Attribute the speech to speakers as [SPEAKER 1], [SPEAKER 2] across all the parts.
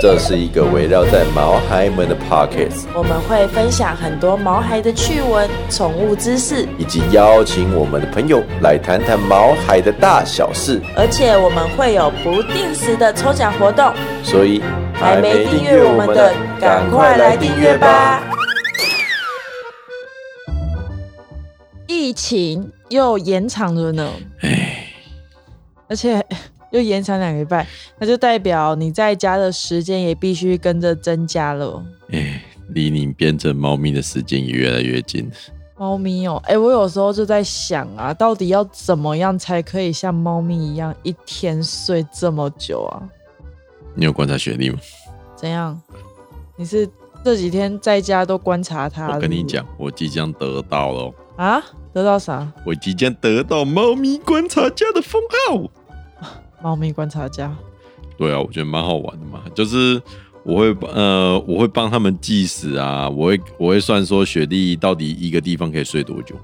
[SPEAKER 1] 这是一个围绕在毛孩们的 Pockets，
[SPEAKER 2] 我们会分享很多毛孩的趣闻、宠物知识，
[SPEAKER 1] 以及邀请我们的朋友来谈谈毛孩的大小事。
[SPEAKER 2] 而且我们会有不定时的抽奖活动。
[SPEAKER 1] 所以
[SPEAKER 2] 还没订阅我们的，赶快来订阅吧！！疫情又延长了呢，
[SPEAKER 3] 哎
[SPEAKER 2] 而且 又延长两个礼拜，那就代表你在家的时间也必须跟着增加了。
[SPEAKER 3] 哎，离你变成猫咪的时间也越来越近。
[SPEAKER 2] 猫咪哦，哎、我有时候就在想啊，到底要怎么样才可以像猫咪一样一天睡这么久啊？
[SPEAKER 3] 你有观察雪莉吗？
[SPEAKER 2] 怎样？你是这几天在家都观察它？
[SPEAKER 3] 我跟
[SPEAKER 2] 是
[SPEAKER 3] 你
[SPEAKER 2] 不是
[SPEAKER 3] 讲，我即将得到了，
[SPEAKER 2] 啊，得到啥？
[SPEAKER 3] 我即将得到猫咪观察家的封号。
[SPEAKER 2] 猫咪观察家
[SPEAKER 3] 对啊，我觉得蛮好玩的嘛，就是我会呃，我会帮他们计时啊，我会我会算说雪莉到底一个地方可以睡多久。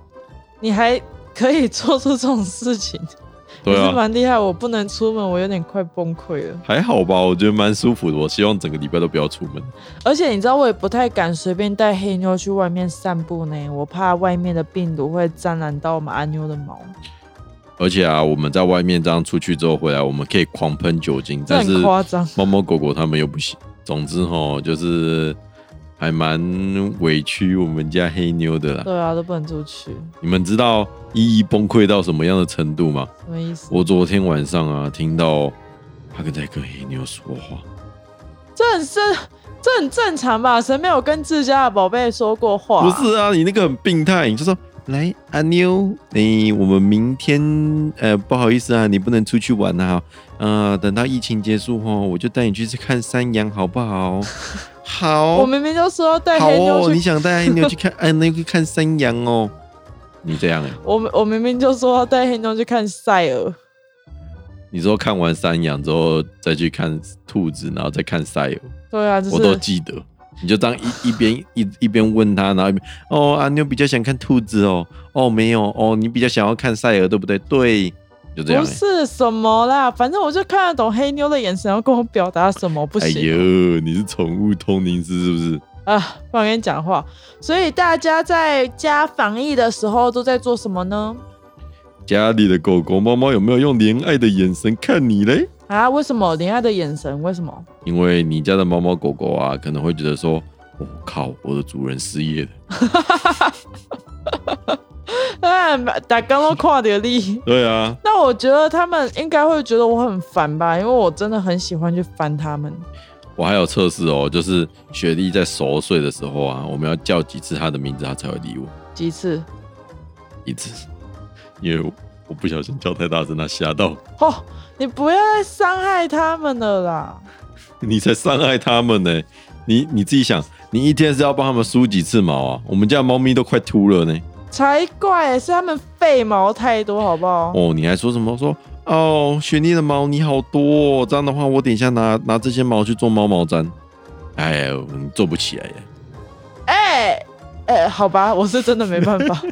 [SPEAKER 2] 你还可以做出这种事情，
[SPEAKER 3] 对
[SPEAKER 2] 也是
[SPEAKER 3] 啊，
[SPEAKER 2] 蛮厉害。我不能出门，我有点快崩溃了。
[SPEAKER 3] 还好吧，我觉得蛮舒服的。我希望整个礼拜都不要出门。
[SPEAKER 2] 而且你知道，我也不太敢随便带黑妞去外面散步呢，我怕外面的病毒会沾染到我们阿妞的毛，
[SPEAKER 3] 而且啊，我们在外面这样出去之后回来，我们可以狂喷酒精，
[SPEAKER 2] 这
[SPEAKER 3] 但是
[SPEAKER 2] 很夸张。
[SPEAKER 3] 猫猫狗狗它们又不行。总之吼，就是还蛮委屈我们家黑妞的啦。
[SPEAKER 2] 对啊，都不能出去，
[SPEAKER 3] 你们知道依依崩溃到什么样的程度吗？
[SPEAKER 2] 什么意思？
[SPEAKER 3] 我昨天晚上啊，听到他跟在跟黑妞说话，
[SPEAKER 2] 这很正，这很正常吧？谁没有跟自家的宝贝说过话？
[SPEAKER 3] 不，是啊，你那个很病态，你就说来阿妞，你、我们明天呃不好意思啊，你不能出去玩啊，呃等到疫情结束吼，我就带你去看山羊好不好？ 好，
[SPEAKER 2] 我明明就说要带
[SPEAKER 3] 哦好
[SPEAKER 2] 黑
[SPEAKER 3] 哦，
[SPEAKER 2] 妞
[SPEAKER 3] 你
[SPEAKER 2] 去，
[SPEAKER 3] 想带黑妞去看，哎，那去看山羊哦。你这样哎、
[SPEAKER 2] 我明我明明就说要带黑妞去看赛尔，
[SPEAKER 3] 你说看完山羊之后再去看兔子，然后再看赛尔，
[SPEAKER 2] 对啊，就
[SPEAKER 3] 我都
[SPEAKER 2] 是
[SPEAKER 3] 记得。你就这样一一边一一边问他，然后一边哦，阿妞比较想看兔子哦，哦没有哦，你比较想要看赛尔对不对？对，就这样、
[SPEAKER 2] 不
[SPEAKER 3] 欸。
[SPEAKER 2] 是什么啦，反正我就看得懂黑妞的眼神要跟我表达什么，不
[SPEAKER 3] 哎
[SPEAKER 2] 行、
[SPEAKER 3] 呦，你是宠物通灵师是不是？
[SPEAKER 2] 啊，不敢跟你讲话。所以大家在家防疫的时候都在做什么呢？
[SPEAKER 3] 家里的狗狗、猫猫有没有用怜爱的眼神看你嘞？
[SPEAKER 2] 啊，为什么恋爱的眼神？为什么？
[SPEAKER 3] 因为你家的猫猫狗狗啊，可能会觉得说，我、靠，我的主人失业了。
[SPEAKER 2] 啊，打刚刚跨的力。
[SPEAKER 3] 对啊，
[SPEAKER 2] 那我觉得他们应该会觉得我很烦吧，因为我真的很喜欢去烦他们。
[SPEAKER 3] 我还有测试哦，就是雪莉在熟睡的时候啊，我们要叫几次她的名字，她才会理我
[SPEAKER 2] 几次？
[SPEAKER 3] 一次，因为我不小心叫太大声，她吓到。
[SPEAKER 2] 哦，你不要再伤害他们了啦！
[SPEAKER 3] 你才伤害他们呢、你你自己想，你一天是要帮他们梳几次毛啊？我们家猫咪都快秃了呢。
[SPEAKER 2] 才怪，是他们废毛太多，好不好？
[SPEAKER 3] 哦，你还说什么说？哦，雪莉的毛你好多、哦，这样的话我等一下拿拿这些毛去做猫毛毡。哎呦，你做不起来耶！
[SPEAKER 2] 哎、哎、好吧，我是真的没办法。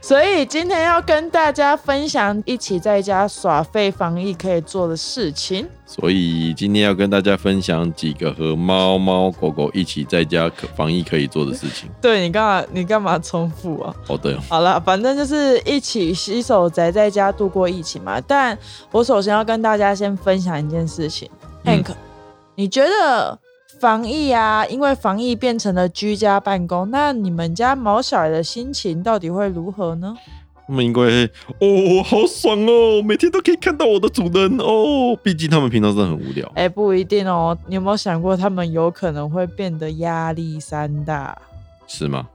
[SPEAKER 2] 所以今天要跟大家分享一起在家耍废防疫可以做的事情。
[SPEAKER 3] 所以今天要跟大家分享几个和猫猫狗狗一起在家可防疫可以做的事情。
[SPEAKER 2] 对你干嘛？你干嘛重复啊？
[SPEAKER 3] 哦，对哦，
[SPEAKER 2] 好了，反正就是一起洗手宅在家度过疫情嘛。但我首先要跟大家先分享一件事情、
[SPEAKER 3] 嗯
[SPEAKER 2] h a n k 你觉得防疫啊，因为防疫变成了居家办公，那你们家毛小孩的心情到底会如何呢？
[SPEAKER 3] 他们应该会哦，好爽哦，每天都可以看到我的主人哦。毕竟他们平常真的很无聊。
[SPEAKER 2] 哎、不一定哦。你有没有想过，他们有可能会变得压力山大？
[SPEAKER 3] 是吗？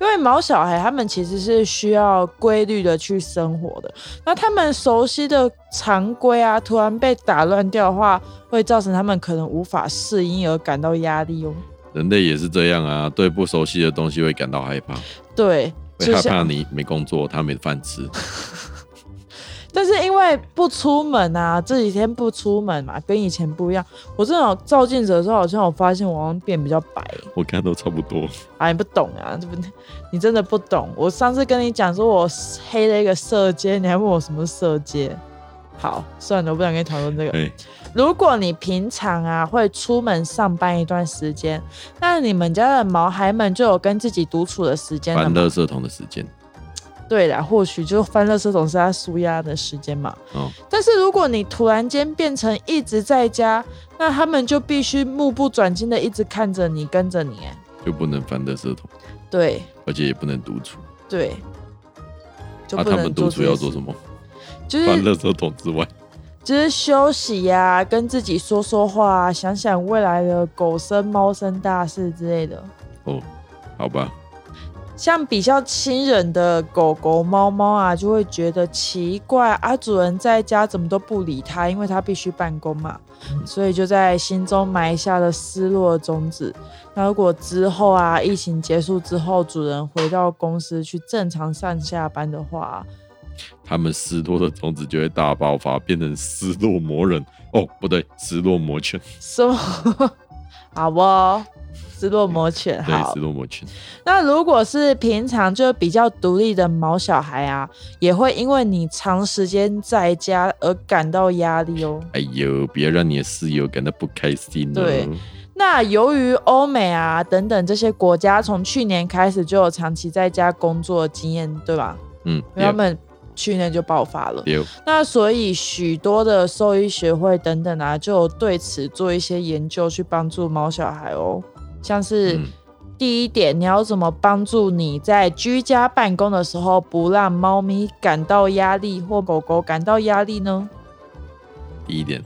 [SPEAKER 2] 因为毛小孩他们其实是需要规律的去生活的，那他们熟悉的常规啊，突然被打乱掉的话，会造成他们可能无法适应而感到压力哦。
[SPEAKER 3] 人类也是这样啊，对不熟悉的东西会感到害怕，
[SPEAKER 2] 对，
[SPEAKER 3] 会
[SPEAKER 2] 就
[SPEAKER 3] 害
[SPEAKER 2] 像
[SPEAKER 3] 怕你没工作，他没饭吃。
[SPEAKER 2] 但是因为不出门啊，这几天不出门嘛，跟以前不一样。我正好照镜子的时候，好像我发现我好像变比较白。
[SPEAKER 3] 我看都差不多。
[SPEAKER 2] 啊，你不懂啊，对不对？你真的不懂。我上次跟你讲说我黑了一个色阶，你还问我什么色阶？好，算了，我不想跟你讨论这个。
[SPEAKER 3] 哎，
[SPEAKER 2] 如果你平常啊会出门上班一段时间，那你们家的毛孩们就有跟自己独处的时间了
[SPEAKER 3] 翻
[SPEAKER 2] 嘛。
[SPEAKER 3] 垃圾桶的时间
[SPEAKER 2] 对啦，或许就翻乐圾桶是他舒压的时间嘛。
[SPEAKER 3] 哦，
[SPEAKER 2] 但是如果你突然间变成一直在家，那他们就必须目不转睛的一直看着你，跟着你。哎，
[SPEAKER 3] 就不能翻垃圾桶，
[SPEAKER 2] 对
[SPEAKER 3] 而且也不能独处。
[SPEAKER 2] 对，就
[SPEAKER 3] 啊，
[SPEAKER 2] 不
[SPEAKER 3] 他
[SPEAKER 2] 能
[SPEAKER 3] 们独处要
[SPEAKER 2] 这些
[SPEAKER 3] 做
[SPEAKER 2] 事
[SPEAKER 3] 什么？
[SPEAKER 2] 就是
[SPEAKER 3] 翻垃圾桶之外，
[SPEAKER 2] 就是休息呀、跟自己说说话、啊，想想未来的狗生、猫生大事之类的。
[SPEAKER 3] 哦，好吧，
[SPEAKER 2] 像比较亲人的狗狗、猫猫啊，就会觉得奇怪啊，主人在家怎么都不理它，因为它必须办公嘛，所以就在心中埋下了失落的种子。那如果之后啊，疫情结束之后，主人回到公司去正常上下班的话、
[SPEAKER 3] 他们失落的种子就会大爆发，变成失落魔人。哦，不对，失落魔犬，
[SPEAKER 2] 什么 好哦，失落魔犬好
[SPEAKER 3] 对，失。落魔犬。
[SPEAKER 2] 那如果是平常就比较独立的毛小孩啊，也会因为你长时间在家而感到压力哦。
[SPEAKER 3] 哎呦，别让你的室友感到不开心哦。
[SPEAKER 2] 对那由于欧美啊等等这些国家从去年开始就有长期在家工作的经验，对吧？
[SPEAKER 3] 嗯，
[SPEAKER 2] 因为他们去年就爆发了。
[SPEAKER 3] 六
[SPEAKER 2] 那所以许多的兽医学会等等啊，就有对此做一些研究，去帮助猫小孩哦。像是
[SPEAKER 3] 嗯
[SPEAKER 2] 第一点，你要怎么帮助你在居家办公的时候不让猫咪感到压力或狗狗感到压力呢？
[SPEAKER 3] 第一点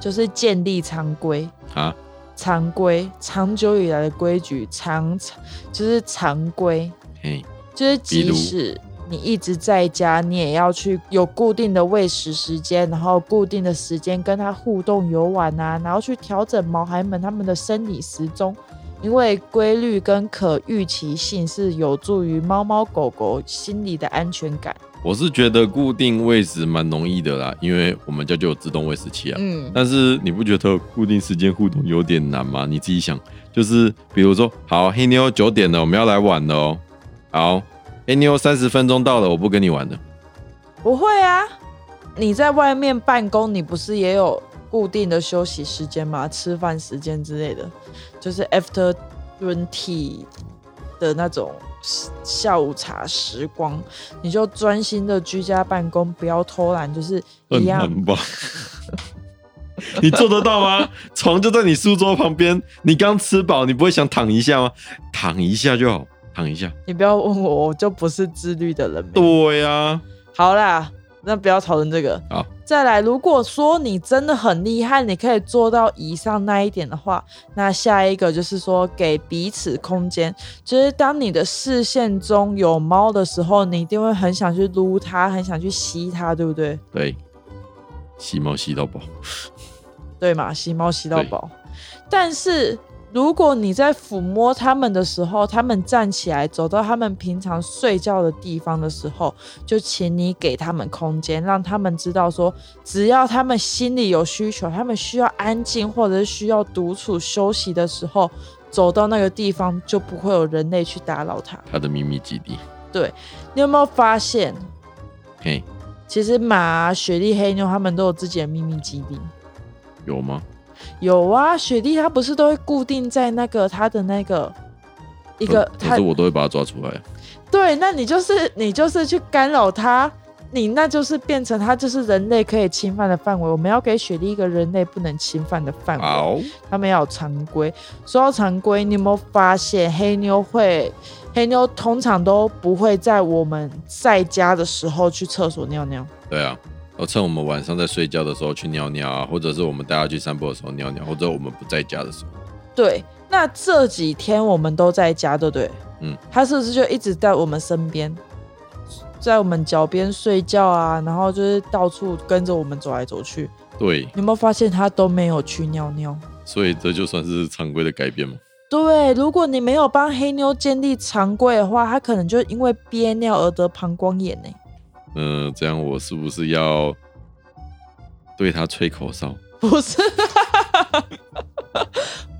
[SPEAKER 2] 就是建立常规。
[SPEAKER 3] 啊，
[SPEAKER 2] 常规，长久以来的规矩，常就是常规，
[SPEAKER 3] 嘿，
[SPEAKER 2] 就是
[SPEAKER 3] 比
[SPEAKER 2] 即
[SPEAKER 3] 如
[SPEAKER 2] 使你一直在家，你也要去有固定的喂食时间，然后固定的时间跟它互动游玩啊，然后去调整毛孩们他们的生理时钟，因为规律跟可预期性是有助于猫猫狗狗心理的安全感。
[SPEAKER 3] 我是觉得固定喂食蛮容易的啦，因为我们家就有自动喂食器啊。
[SPEAKER 2] 嗯，
[SPEAKER 3] 但是你不觉得固定时间互动有点难吗？你自己想，就是比如说，好，黑妞九点了，我们要来晚了哦。好，黑妞三十分钟到了，我不跟你玩了。
[SPEAKER 2] 不会啊，你在外面办公，你不是也有固定的休息时间吗？吃饭时间之类的，就是 after twenty 的那种下午茶时光，你就专心的居家办公，不要偷懒，就是一
[SPEAKER 3] 嗯很
[SPEAKER 2] 样。
[SPEAKER 3] 难吧？ 你做得到吗？床就在你书桌旁边，你刚吃饱，你不会想躺一下吗？躺一下就好，躺一下。
[SPEAKER 2] 你不要问我，我就不是自律的人。
[SPEAKER 3] 对啊呀、
[SPEAKER 2] 好啦，那不要讨论这个。
[SPEAKER 3] 好，
[SPEAKER 2] 再来，如果说你真的很厉害，你可以做到以上那一点的话，那下一个就是说给彼此空间，就是当你的视线中有猫的时候，你一定会很想去撸它，很想去吸它，对不对？
[SPEAKER 3] 对，吸猫吸到饱，
[SPEAKER 2] 对嘛，吸猫吸到饱。但是如果你在抚摸它们的时候，它们站起来走到它们平常睡觉的地方的时候，就请你给它们空间，让它们知道说，只要它们心里有需求，它们需要安静或者是需要独处休息的时候，走到那个地方就不会有人类去打扰它。
[SPEAKER 3] 它的秘密基地。
[SPEAKER 2] 你有没有发现，
[SPEAKER 3] 嘿，
[SPEAKER 2] 其实马啊、雪莉、黑妞它们都有自己的秘密基地？
[SPEAKER 3] 有吗？
[SPEAKER 2] 有啊，雪莉她不是都会固定在那个她的那个一个
[SPEAKER 3] 可可
[SPEAKER 2] 她
[SPEAKER 3] 是我都会把它抓出来。
[SPEAKER 2] 对，那你就是你就是去干扰她，你那就是变成她就是人类可以侵犯的范围。我们要给雪莉一个人类不能侵犯的范围，
[SPEAKER 3] 好，
[SPEAKER 2] 他们要有常规。说到常规，你有没有发现黑妞会？黑妞通常都不会在我们在家的时候去厕所尿尿。
[SPEAKER 3] 对啊，我趁我们晚上在睡觉的时候去尿尿啊，或者是我们带它去散步的时候尿尿，或者我们不在家的时候。
[SPEAKER 2] 对，那这几天我们都在家，对不对？
[SPEAKER 3] 嗯，
[SPEAKER 2] 他是不是就一直在我们身边，在我们脚边睡觉啊？然后就是到处跟着我们走来走去。
[SPEAKER 3] 对，
[SPEAKER 2] 你有没有发现他都没有去尿尿？
[SPEAKER 3] 所以这就算是常规的改变嘛。
[SPEAKER 2] 对，如果你没有帮黑妞建立常规的话，它可能就因为憋尿而得膀胱炎呢、
[SPEAKER 3] 嗯、这样我是不是要对他吹口哨？
[SPEAKER 2] 不是，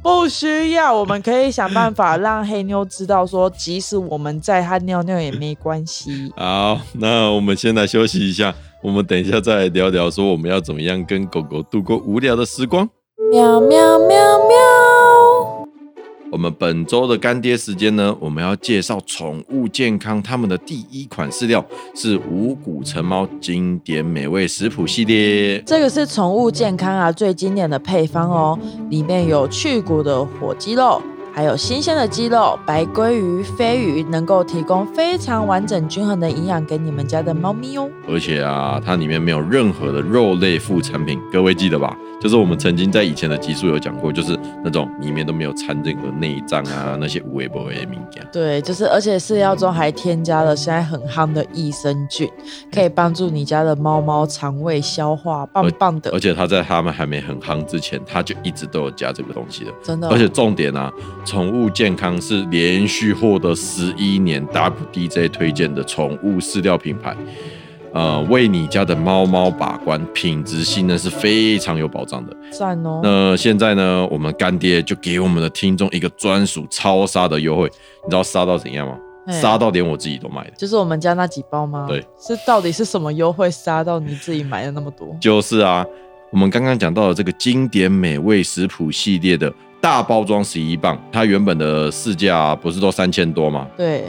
[SPEAKER 2] 不需要，我们可以想办法让黑妞知道说，即使我们在，她尿尿也没关系。
[SPEAKER 3] 好，那我们先来休息一下，我们等一下再来聊聊，说我们要怎么样跟狗狗度过无聊的时光。
[SPEAKER 2] 喵喵喵喵！
[SPEAKER 3] 我们本周的干爹时间呢，我们要介绍宠物健康他们的第一款饲料是五谷橙猫经典美味食谱系列。
[SPEAKER 2] 这个是宠物健康啊最经典的配方哦，里面有去骨的火鸡肉，还有新鲜的鸡肉、白鲑鱼、飞鱼，能够提供非常完整均衡的营养给你们家的猫咪哦。
[SPEAKER 3] 而且啊，它里面没有任何的肉类副产品，各位记得吧？就是我们曾经在以前的集数有讲过，就是那种里面都没有掺任何内脏啊，那些无微不微的物件。
[SPEAKER 2] 对，就是而且饲料中还添加了现在很夯的益生菌，可以帮助你家的猫猫肠胃消化，棒棒的
[SPEAKER 3] 而，且它在它们还没很夯之前，它就一直都有加这个东西的。
[SPEAKER 2] 真的。
[SPEAKER 3] 而且重点啊，宠物健康是连续获得十一年 WDJ 推荐的宠物饲料品牌，呃，为你家的猫猫把关，品质信任是非常有保障的。
[SPEAKER 2] 赞哦，
[SPEAKER 3] 那现在呢，我们干爹就给我们的听众一个专属超杀的优惠，你知道杀到怎样吗？
[SPEAKER 2] 嘿
[SPEAKER 3] 杀到连我自己都买了。
[SPEAKER 2] 就是我们家那几包吗？
[SPEAKER 3] 对，
[SPEAKER 2] 是到底是什么优惠杀到你自己买了那么多？
[SPEAKER 3] 就是啊，我们刚刚讲到的这个经典美味食谱系列的大包装十一磅，它原本的市价、不是都三千多吗？
[SPEAKER 2] 对，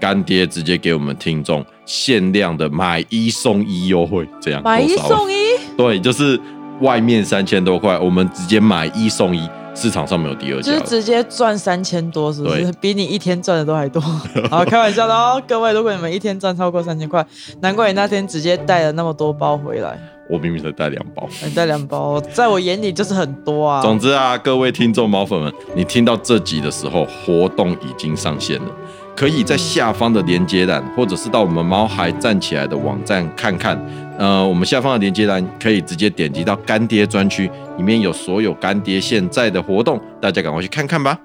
[SPEAKER 3] 干爹直接给我们听众限量的买一送一优惠，这样
[SPEAKER 2] 买一
[SPEAKER 3] 多少啊
[SPEAKER 2] 送一，
[SPEAKER 3] 对，就是外面三千多块，我们直接买一送一，市场上没有第二家
[SPEAKER 2] 就是
[SPEAKER 3] 了。
[SPEAKER 2] 直接赚三千多，是不是
[SPEAKER 3] 对？
[SPEAKER 2] 比你一天赚的都 还多。好，开玩笑的哦，各位，如果你们一天赚超过三千块，难怪你那天直接带了那么多包回来，
[SPEAKER 3] 我明明才带两包。
[SPEAKER 2] 你带两包，在我眼里就是很多啊。
[SPEAKER 3] 总之啊，各位听众毛粉们，你听到这集的时候，活动已经上线了，可以在下方的连接栏，或者是到我们猫孩站起来的网站看看。呃，我们下方的连接栏可以直接点击到干爹专区，里面有所有干爹现在的活动，大家赶快去看看吧。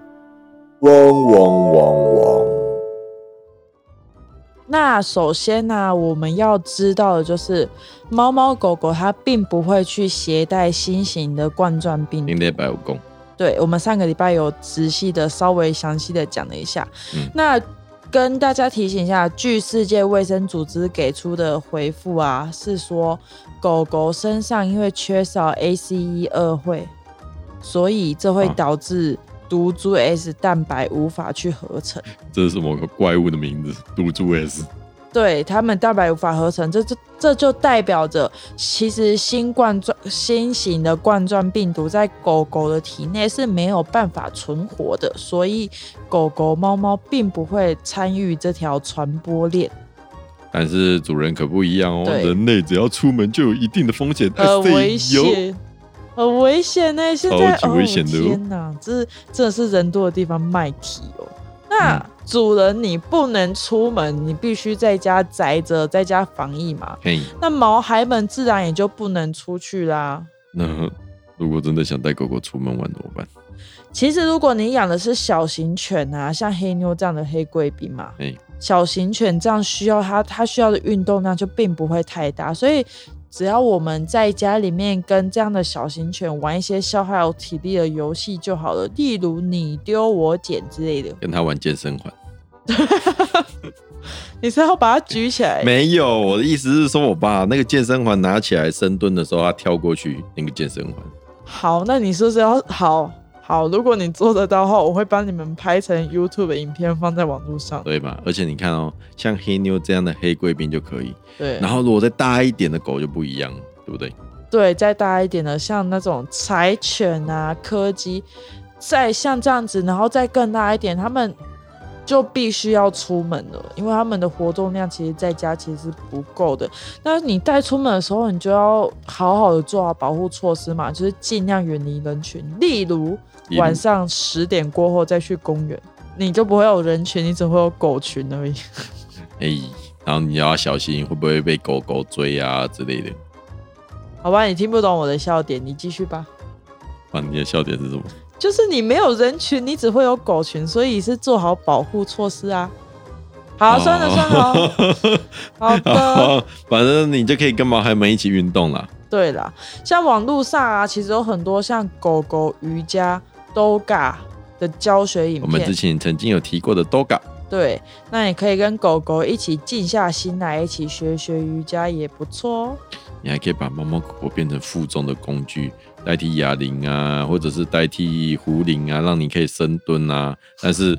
[SPEAKER 1] 嗡嗡嗡嗡。
[SPEAKER 2] 那首先呢、我们要知道的就是，猫猫狗狗它并不会去携带新型的冠状病毒
[SPEAKER 3] 零。点百五公，
[SPEAKER 2] 对，我们上个礼拜有仔细的、稍微详细的讲了一下。
[SPEAKER 3] 嗯
[SPEAKER 2] 那跟大家提醒一下，据世界卫生组织给出的回复啊，是说狗狗身上因为缺少 ACE 二会，所以这会
[SPEAKER 3] 啊
[SPEAKER 2] 导致毒株 S 蛋白无法去合成。
[SPEAKER 3] 这是某个怪物的名字，毒株 S。
[SPEAKER 2] 对它们蛋白无法合成，这这这就代表着，其实新冠状新型的冠状病毒在狗狗的体内是没有办法存活的，所以狗狗、猫猫并不会参与这条传播链。
[SPEAKER 3] 但是主人可不一样哦，
[SPEAKER 2] 对
[SPEAKER 3] 人类只要出门就有一定的风险，
[SPEAKER 2] 很
[SPEAKER 3] 哎
[SPEAKER 2] 危
[SPEAKER 3] 呦
[SPEAKER 2] 险，很危险呢、现在
[SPEAKER 3] 超级危险的哦
[SPEAKER 2] 哦、天哪，这真的是人多的地方卖体哦。那、
[SPEAKER 3] 嗯
[SPEAKER 2] 主人你不能出门，你必须在家宅着，在家防疫嘛。
[SPEAKER 3] 嘿，
[SPEAKER 2] 那毛孩们自然也就不能出去啦。
[SPEAKER 3] 那如果真的想带狗狗出门玩怎么办？
[SPEAKER 2] 其实，如果你养的是小型犬啊，像黑妞这样的黑贵宾嘛，
[SPEAKER 3] 嗯
[SPEAKER 2] 小型犬这样需要它，它需要的运动量就并不会太大，所以只要我们在家里面跟这样的小型犬玩一些消耗体力的游戏就好了，例如你丢我捡之类的。
[SPEAKER 3] 跟它玩健身环？
[SPEAKER 2] 你是要把它举起来？
[SPEAKER 3] 没有，我的意思是说我把那个健身环拿起来深蹲的时候，它跳过去那个健身环。
[SPEAKER 2] 好，那你是不是要好？好，如果你做得到的话，我会帮你们拍成 YouTube 影片放在网络上。
[SPEAKER 3] 对吧？而且你看哦，像黑妞这样的黑贵宾就可以，
[SPEAKER 2] 对，
[SPEAKER 3] 然后如果再大一点的狗就不一样，对不对？
[SPEAKER 2] 对，再大一点的，像那种柴犬啊、柯基，再像这样子，然后再更大一点，他们就必须要出门了，因为他们的活动量其实在家其实是不够的。那你带出门的时候，你就要好好的做好保护措施嘛，就是尽量远离人群，例如
[SPEAKER 3] 例如
[SPEAKER 2] 晚上十点过后再去公园。你就不会有人群，你只会有狗群而已。
[SPEAKER 3] 哎、然后你要小心会不会被狗狗追啊之类的。
[SPEAKER 2] 好吧，你听不懂我的笑点，你继续吧。
[SPEAKER 3] 啊，你的笑点是什么？
[SPEAKER 2] 就是你没有人群，你只会有狗群，所以是做好保护措施啊。好，算了算了，哦好的。
[SPEAKER 3] 哦 好，反正你就可以跟毛孩们一起运动啦。
[SPEAKER 2] 对啦，像网络上啊，其实有很多像狗狗瑜伽、Doga 的教学影
[SPEAKER 3] 我们之
[SPEAKER 2] 片。
[SPEAKER 3] 前曾经有提过的 Doga，
[SPEAKER 2] 对，那也可以跟狗狗一起静下心来，一起学学瑜伽也不错哦。
[SPEAKER 3] 你还可以把猫猫狗狗变成负重的工具，代替哑铃啊，或者是代替壶铃啊，让你可以深蹲啊，但是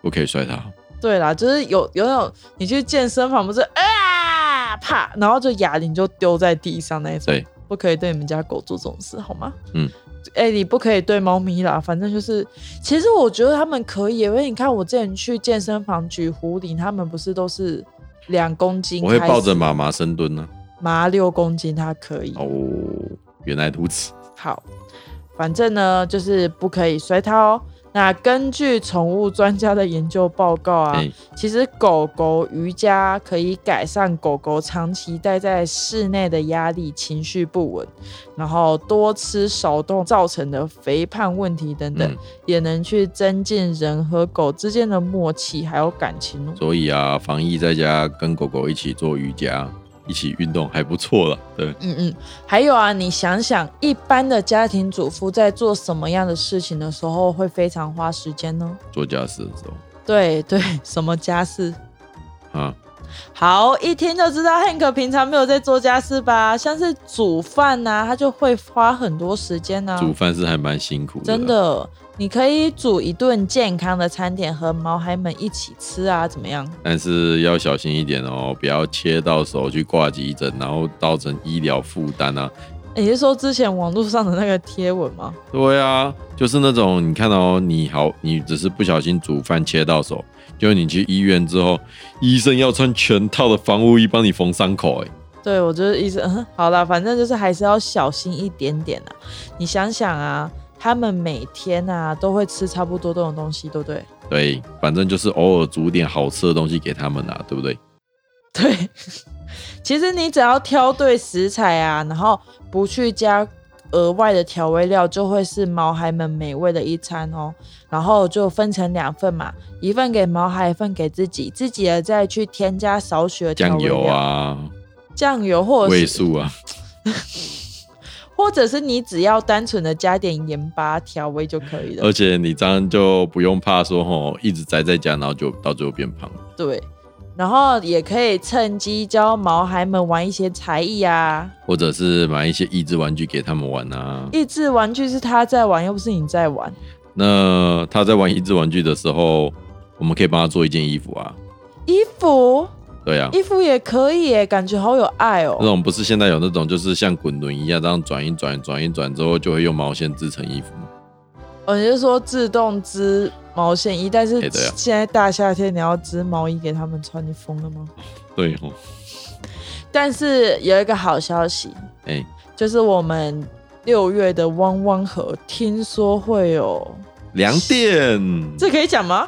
[SPEAKER 3] 不可以摔它。
[SPEAKER 2] 对啦，就是有有那种你去健身房不是啊啪，然后就哑铃就丢在地上那一种
[SPEAKER 3] 对，
[SPEAKER 2] 不可以对你们家狗做这种事好吗？
[SPEAKER 3] 嗯，
[SPEAKER 2] 哎、你不可以对猫咪啦，反正就是，其实我觉得他们可以，因为你看我之前去健身房举壶铃，他们不是都是两公斤，
[SPEAKER 3] 我会抱着妈妈深蹲呢、啊
[SPEAKER 2] 麻六公斤，它可以。
[SPEAKER 3] 哦，原来如此。
[SPEAKER 2] 好，反正呢就是不可以摔它哦。那根据宠物专家的研究报告啊，
[SPEAKER 3] 哎、
[SPEAKER 2] 其实狗狗瑜伽可以改善狗狗长期待在室内的压力、情绪不稳，然后多吃少动造成的肥胖问题等等，
[SPEAKER 3] 嗯
[SPEAKER 2] 也能去增进人和狗之间的默契还有感情哦。
[SPEAKER 3] 所以啊，防疫在家跟狗狗一起做瑜伽，一起运动还不错了。对，
[SPEAKER 2] 嗯嗯，还有啊，你想想，一般的家庭主妇在做什么样的事情的时候会非常花时间呢？
[SPEAKER 3] 做家事的时候
[SPEAKER 2] 对对，什么家事？
[SPEAKER 3] 啊，
[SPEAKER 2] 好，一听就知道 Hank 平常没有在做家事吧？像是煮饭呐、他就会花很多时间呢、
[SPEAKER 3] 煮饭是还蛮辛苦的。
[SPEAKER 2] 啊真，的，你可以煮一顿健康的餐点和毛孩们一起吃啊，怎么样？
[SPEAKER 3] 但是要小心一点哦，不要切到手去挂急诊，然后造成医疗负担啊。
[SPEAKER 2] 你是说之前网络上的那个贴文吗？
[SPEAKER 3] 对啊，就是那种你看哦，你好，你只是不小心煮饭切到手，就你去医院之后，医生要穿全套的防护衣帮你缝伤口、哎，
[SPEAKER 2] 对，我就是意思，嗯好啦，反正就是还是要小心一点点啊。你想想啊，他们每天啊都会吃差不多这种东西，对不对？
[SPEAKER 3] 对，反正就是偶尔煮点好吃的东西给他们啊，对不对？
[SPEAKER 2] 对，其实你只要挑对食材啊，然后不去加额外的调味料，就会是毛孩们美味的一餐哦。然后就分成两份嘛，一份给毛孩，一份给自己，自己的再去添加少许的调
[SPEAKER 3] 酱
[SPEAKER 2] 味
[SPEAKER 3] 油
[SPEAKER 2] 料，
[SPEAKER 3] 啊，
[SPEAKER 2] 酱油或者
[SPEAKER 3] 味
[SPEAKER 2] 是
[SPEAKER 3] 素啊，
[SPEAKER 2] 或者是你只要单纯的加点盐巴调味就可以了
[SPEAKER 3] 而。且你这样就不用怕说吼，一直宅在家，然后就到最后变胖。
[SPEAKER 2] 对，然后也可以趁机教毛孩们玩一些才艺啊。
[SPEAKER 3] 或者是买一些益智玩具给他们玩 啊。
[SPEAKER 2] 益智玩具是他在玩，又不是你在玩。
[SPEAKER 3] 那他在玩益智玩具的时候，我们可以帮他做一件衣服啊。
[SPEAKER 2] 衣服，
[SPEAKER 3] 对啊，
[SPEAKER 2] 衣服也可以耶，感觉好有爱
[SPEAKER 3] 那
[SPEAKER 2] 哦。
[SPEAKER 3] 种不是现在有那种就是像滚轮一样这样转一转、转一转之后就会用毛线织成衣服吗？
[SPEAKER 2] 哦，你是说自动织毛线衣？但是
[SPEAKER 3] 哎对啊
[SPEAKER 2] 现在大夏天你要织毛衣给他们穿，你疯了吗？
[SPEAKER 3] 对哦，
[SPEAKER 2] 但是有一个好消息，
[SPEAKER 3] 哎、
[SPEAKER 2] 就是我们六月的汪汪河听说会有，
[SPEAKER 3] 两点
[SPEAKER 2] 这可以讲吗？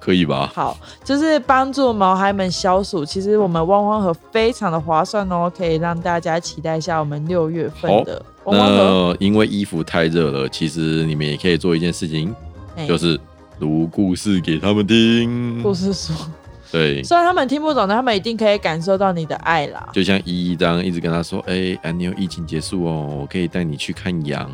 [SPEAKER 3] 可以吧？
[SPEAKER 2] 好，就是帮助毛孩们消暑。其实我们汪汪河非常的划算哦，可以让大家期待一下我们六月份
[SPEAKER 3] 好
[SPEAKER 2] 的汪汪河。
[SPEAKER 3] 那因为衣服太热了，其实你们也可以做一件事情，
[SPEAKER 2] 哎
[SPEAKER 3] 就是读故事给他们听。
[SPEAKER 2] 故事说。
[SPEAKER 3] 嗯对，
[SPEAKER 2] 虽然他们听不懂，但他们一定可以感受到你的爱啦。
[SPEAKER 3] 就像依依这样一直跟他说：“哎、安妞，疫情结束哦，我可以带你去看羊，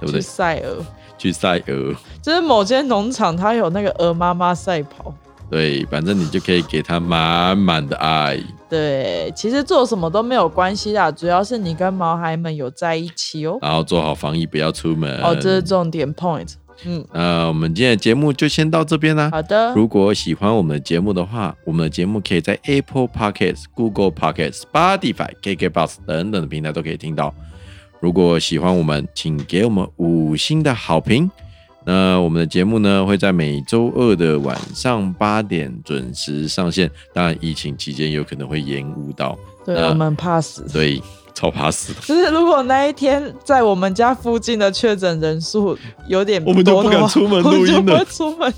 [SPEAKER 3] 对不
[SPEAKER 2] 去
[SPEAKER 3] 对？
[SPEAKER 2] 赛鹅，
[SPEAKER 3] 去赛鹅，
[SPEAKER 2] 就是某间农场，它有那个鹅妈妈赛跑。
[SPEAKER 3] 对，反正你就可以给他满满的爱。
[SPEAKER 2] 对，其实做什么都没有关系啦，主要是你跟毛孩们有在一起哦。
[SPEAKER 3] 然后做好防疫，不要出门。
[SPEAKER 2] 哦，这是重点 point。嗯，
[SPEAKER 3] 那我们今天的节目就先到这边啦。
[SPEAKER 2] 好的，
[SPEAKER 3] 如果喜欢我们的节目的话，我们的节目可以在 Apple Podcasts、Google Podcasts、Spotify、KKBox 等等的平台都可以听到。如果喜欢我们，请给我们五星的好评。那我们的节目呢，会在每周二的晚上八点准时上线。当然，疫情期间有可能会延误到，
[SPEAKER 2] 对
[SPEAKER 3] 那
[SPEAKER 2] 我们怕死。
[SPEAKER 3] 所以超怕死 的，
[SPEAKER 2] 就是如果那一天在我们家附近的确诊人数有点
[SPEAKER 3] 我们就
[SPEAKER 2] 多的
[SPEAKER 3] 不敢
[SPEAKER 2] 话
[SPEAKER 3] 出门
[SPEAKER 2] 我们
[SPEAKER 3] 录
[SPEAKER 2] 就
[SPEAKER 3] 音
[SPEAKER 2] 不
[SPEAKER 3] 了
[SPEAKER 2] 会出门，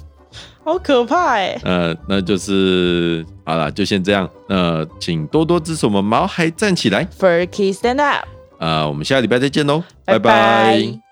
[SPEAKER 2] 好可怕哎、
[SPEAKER 3] 呃，那就是好了，就先这样。那、请多多支持我们毛孩站起来。呃
[SPEAKER 2] Furky stand up，
[SPEAKER 3] 啊、我们下礼拜再见喽，拜拜
[SPEAKER 2] 拜拜